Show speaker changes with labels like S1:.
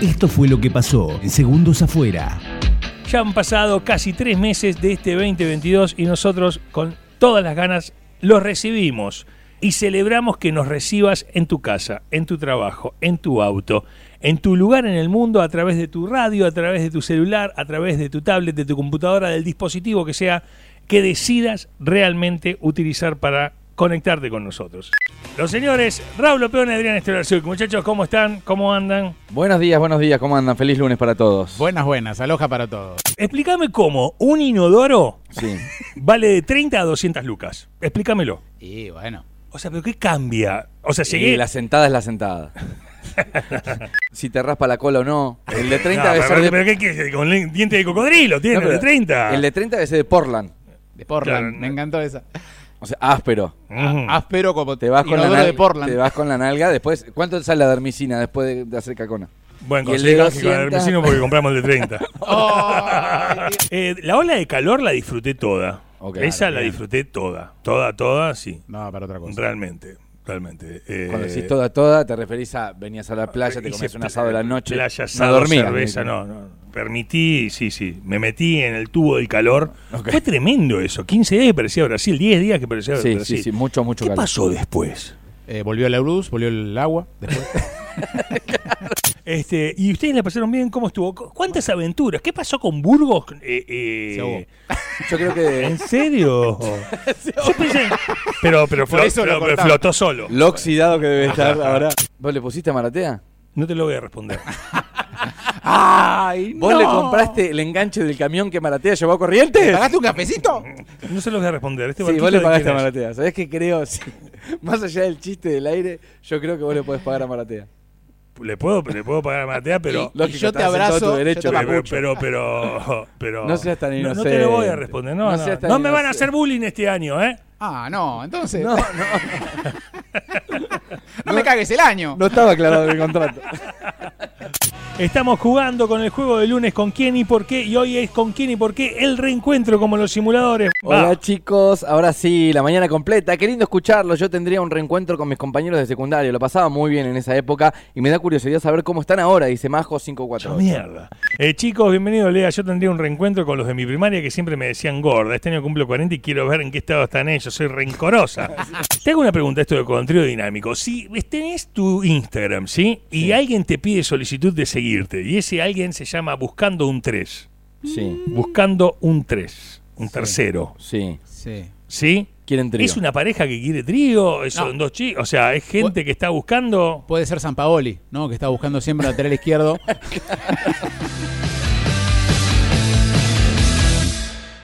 S1: Esto fue lo que pasó en Segundos Afuera.
S2: Ya han pasado casi tres meses de este 2022 y nosotros con todas las ganas los recibimos y celebramos que nos recibas en tu casa, en tu trabajo, en tu auto, en tu lugar en el mundo, a través de tu radio, a través de tu celular, a través de tu tablet, de tu computadora, del dispositivo que sea que decidas realmente utilizar para conectarte con nosotros. Los señores Raúl Peón y Adrián Estelarciuc. Muchachos, ¿cómo están? ¿Cómo andan?
S3: Buenos días, buenos días, ¿cómo andan? Feliz lunes para todos.
S4: Buenas, buenas, aloja para todos.
S2: Explícame cómo un inodoro
S3: Sí.
S2: vale de 30 a 200 lucas. Explícamelo.
S4: Y bueno,
S2: O sea, ¿pero qué cambia? O sea,
S3: Y
S2: seguí...
S3: la sentada es la sentada. si te raspa la cola o no. El de 30
S2: No,
S3: debe ser
S2: pero,
S3: de,
S2: pero ¿qué quieres? ¿Con el diente de cocodrilo?
S3: no,
S2: ¿Tiene
S3: pero
S2: de 30?
S3: El de 30 debe ser de Portland.
S4: de Portland,
S2: Claro,
S4: me
S2: no.
S4: encantó esa. Ah,
S3: O sea, áspero.
S2: Ujú.
S3: Ah,
S4: Áspero como
S3: Te vas con la
S4: inodoro
S3: nalga.
S4: de Portland.
S3: Te vas con la nalga. Después, ¿cuánto te sale la dermicina después de, de hacer cacona?
S2: Bueno,
S3: Y el
S2: conseguí
S3: de
S2: lógico de
S3: 200.
S2: Hermesino porque compramos el de 30.
S4: Oh,
S2: Eh, la ola de calor la disfruté toda.
S3: Ok,
S2: Esa
S3: claro,
S2: la
S3: bien.
S2: disfruté toda. Toda, toda, sí.
S4: no, para otra cosa.
S2: Realmente, realmente. Eh,
S3: Cuando decís toda toda, te referís a venías a la playa, te
S2: hice
S3: comías un
S2: pla-
S3: asado de la noche,
S2: Playa,
S3: no
S2: asado,
S3: dormías.
S2: cerveza, no, no. Permití, sí, sí. Me metí en el tubo del calor. Fue tremendo eso. 15 días que parecía Brasil, 10 días que parecía
S3: Sí,
S2: Brasil.
S3: sí, sí, mucho, mucho
S2: ¿Qué
S3: calor.
S2: pasó después?
S4: Eh, volvió la luz, volvió el agua. Después.
S2: Este, ¿Y ustedes la pasaron bien? ¿Cómo estuvo? ¿Cu- ¿Cuántas aventuras? ¿Qué pasó con Burgos? Eh, eh,
S4: Se ahogó.
S3: Yo creo que
S2: ¿En serio? Yo pensé. Pero, pero,
S4: Por
S2: flo-
S4: eso
S2: pero-
S4: lo
S2: pero
S4: cortamos.
S2: flotó solo.
S3: lo oxidado que debe estar ahora. ¿Vos le pusiste a Maratea?
S2: No te lo voy a responder.
S4: ¡Ay!
S3: ¿Vos le compraste el enganche del camión que Maratea llevó a corriente?
S4: ¿Pagaste un cafecito?
S2: No se los voy a responder. Este
S3: Sí,
S2: barquito
S3: vos le
S2: de
S3: pagaste a
S2: quién es.
S3: Maratea. ¿Sabés qué creo? Sí. Más allá del chiste del aire, yo creo que vos le podés pagar a Maratea.
S2: Le puedo, le puedo pagar a Matea, pero.
S3: Lógico,
S4: yo te
S3: estás en todo
S4: abrazo,
S3: tu derecho.
S4: yo te
S2: Pero,
S4: papucho.
S2: pero, pero, pero-
S3: No seas tan
S2: No, te
S3: inocente.
S2: lo voy a responder. No,
S3: No
S2: no,
S3: seas tan
S2: No me van a
S3: inocente.
S2: hacer bullying este año, ¿eh?
S4: Ah, no, entonces.
S3: No,
S4: No,
S3: no,
S4: me cagues el año.
S3: no estaba aclarado el contrato.
S2: Estamos jugando con el juego de lunes con quién y por qué. Y hoy es con quién y por qué el reencuentro como los simuladores. Va.
S3: Hola chicos, ahora sí, la mañana completa. Qué lindo escucharlo. Yo tendría un reencuentro con mis compañeros de secundario. Lo pasaba muy bien en esa época y me da curiosidad saber cómo están ahora, dice Majo
S2: Yo
S3: 548.
S2: mierda. Eh, chicos, bienvenidos, Lea. Yo tendría un reencuentro con los de mi primaria que siempre me decían gorda. Este año cumplo 40 y quiero ver en qué estado están ellos. Soy rencorosa. te hago una pregunta, esto de contenido dinámico. Si tenés tu Instagram, ¿sí? Y alguien te pide solicitud de seguirte. Y ese alguien se llama Buscando un 3.
S3: Sí,
S2: Buscando un 3. Un tercero.
S3: sí.
S4: Sí.
S2: ¿Sí?
S3: Quieren trío.
S2: ¿Es una pareja que quiere trío? ¿Son dos chicos? O sea, ¿es gente que está buscando...?
S4: Puede ser San Paoli, ¿no? Que está buscando siempre lateral izquierdo.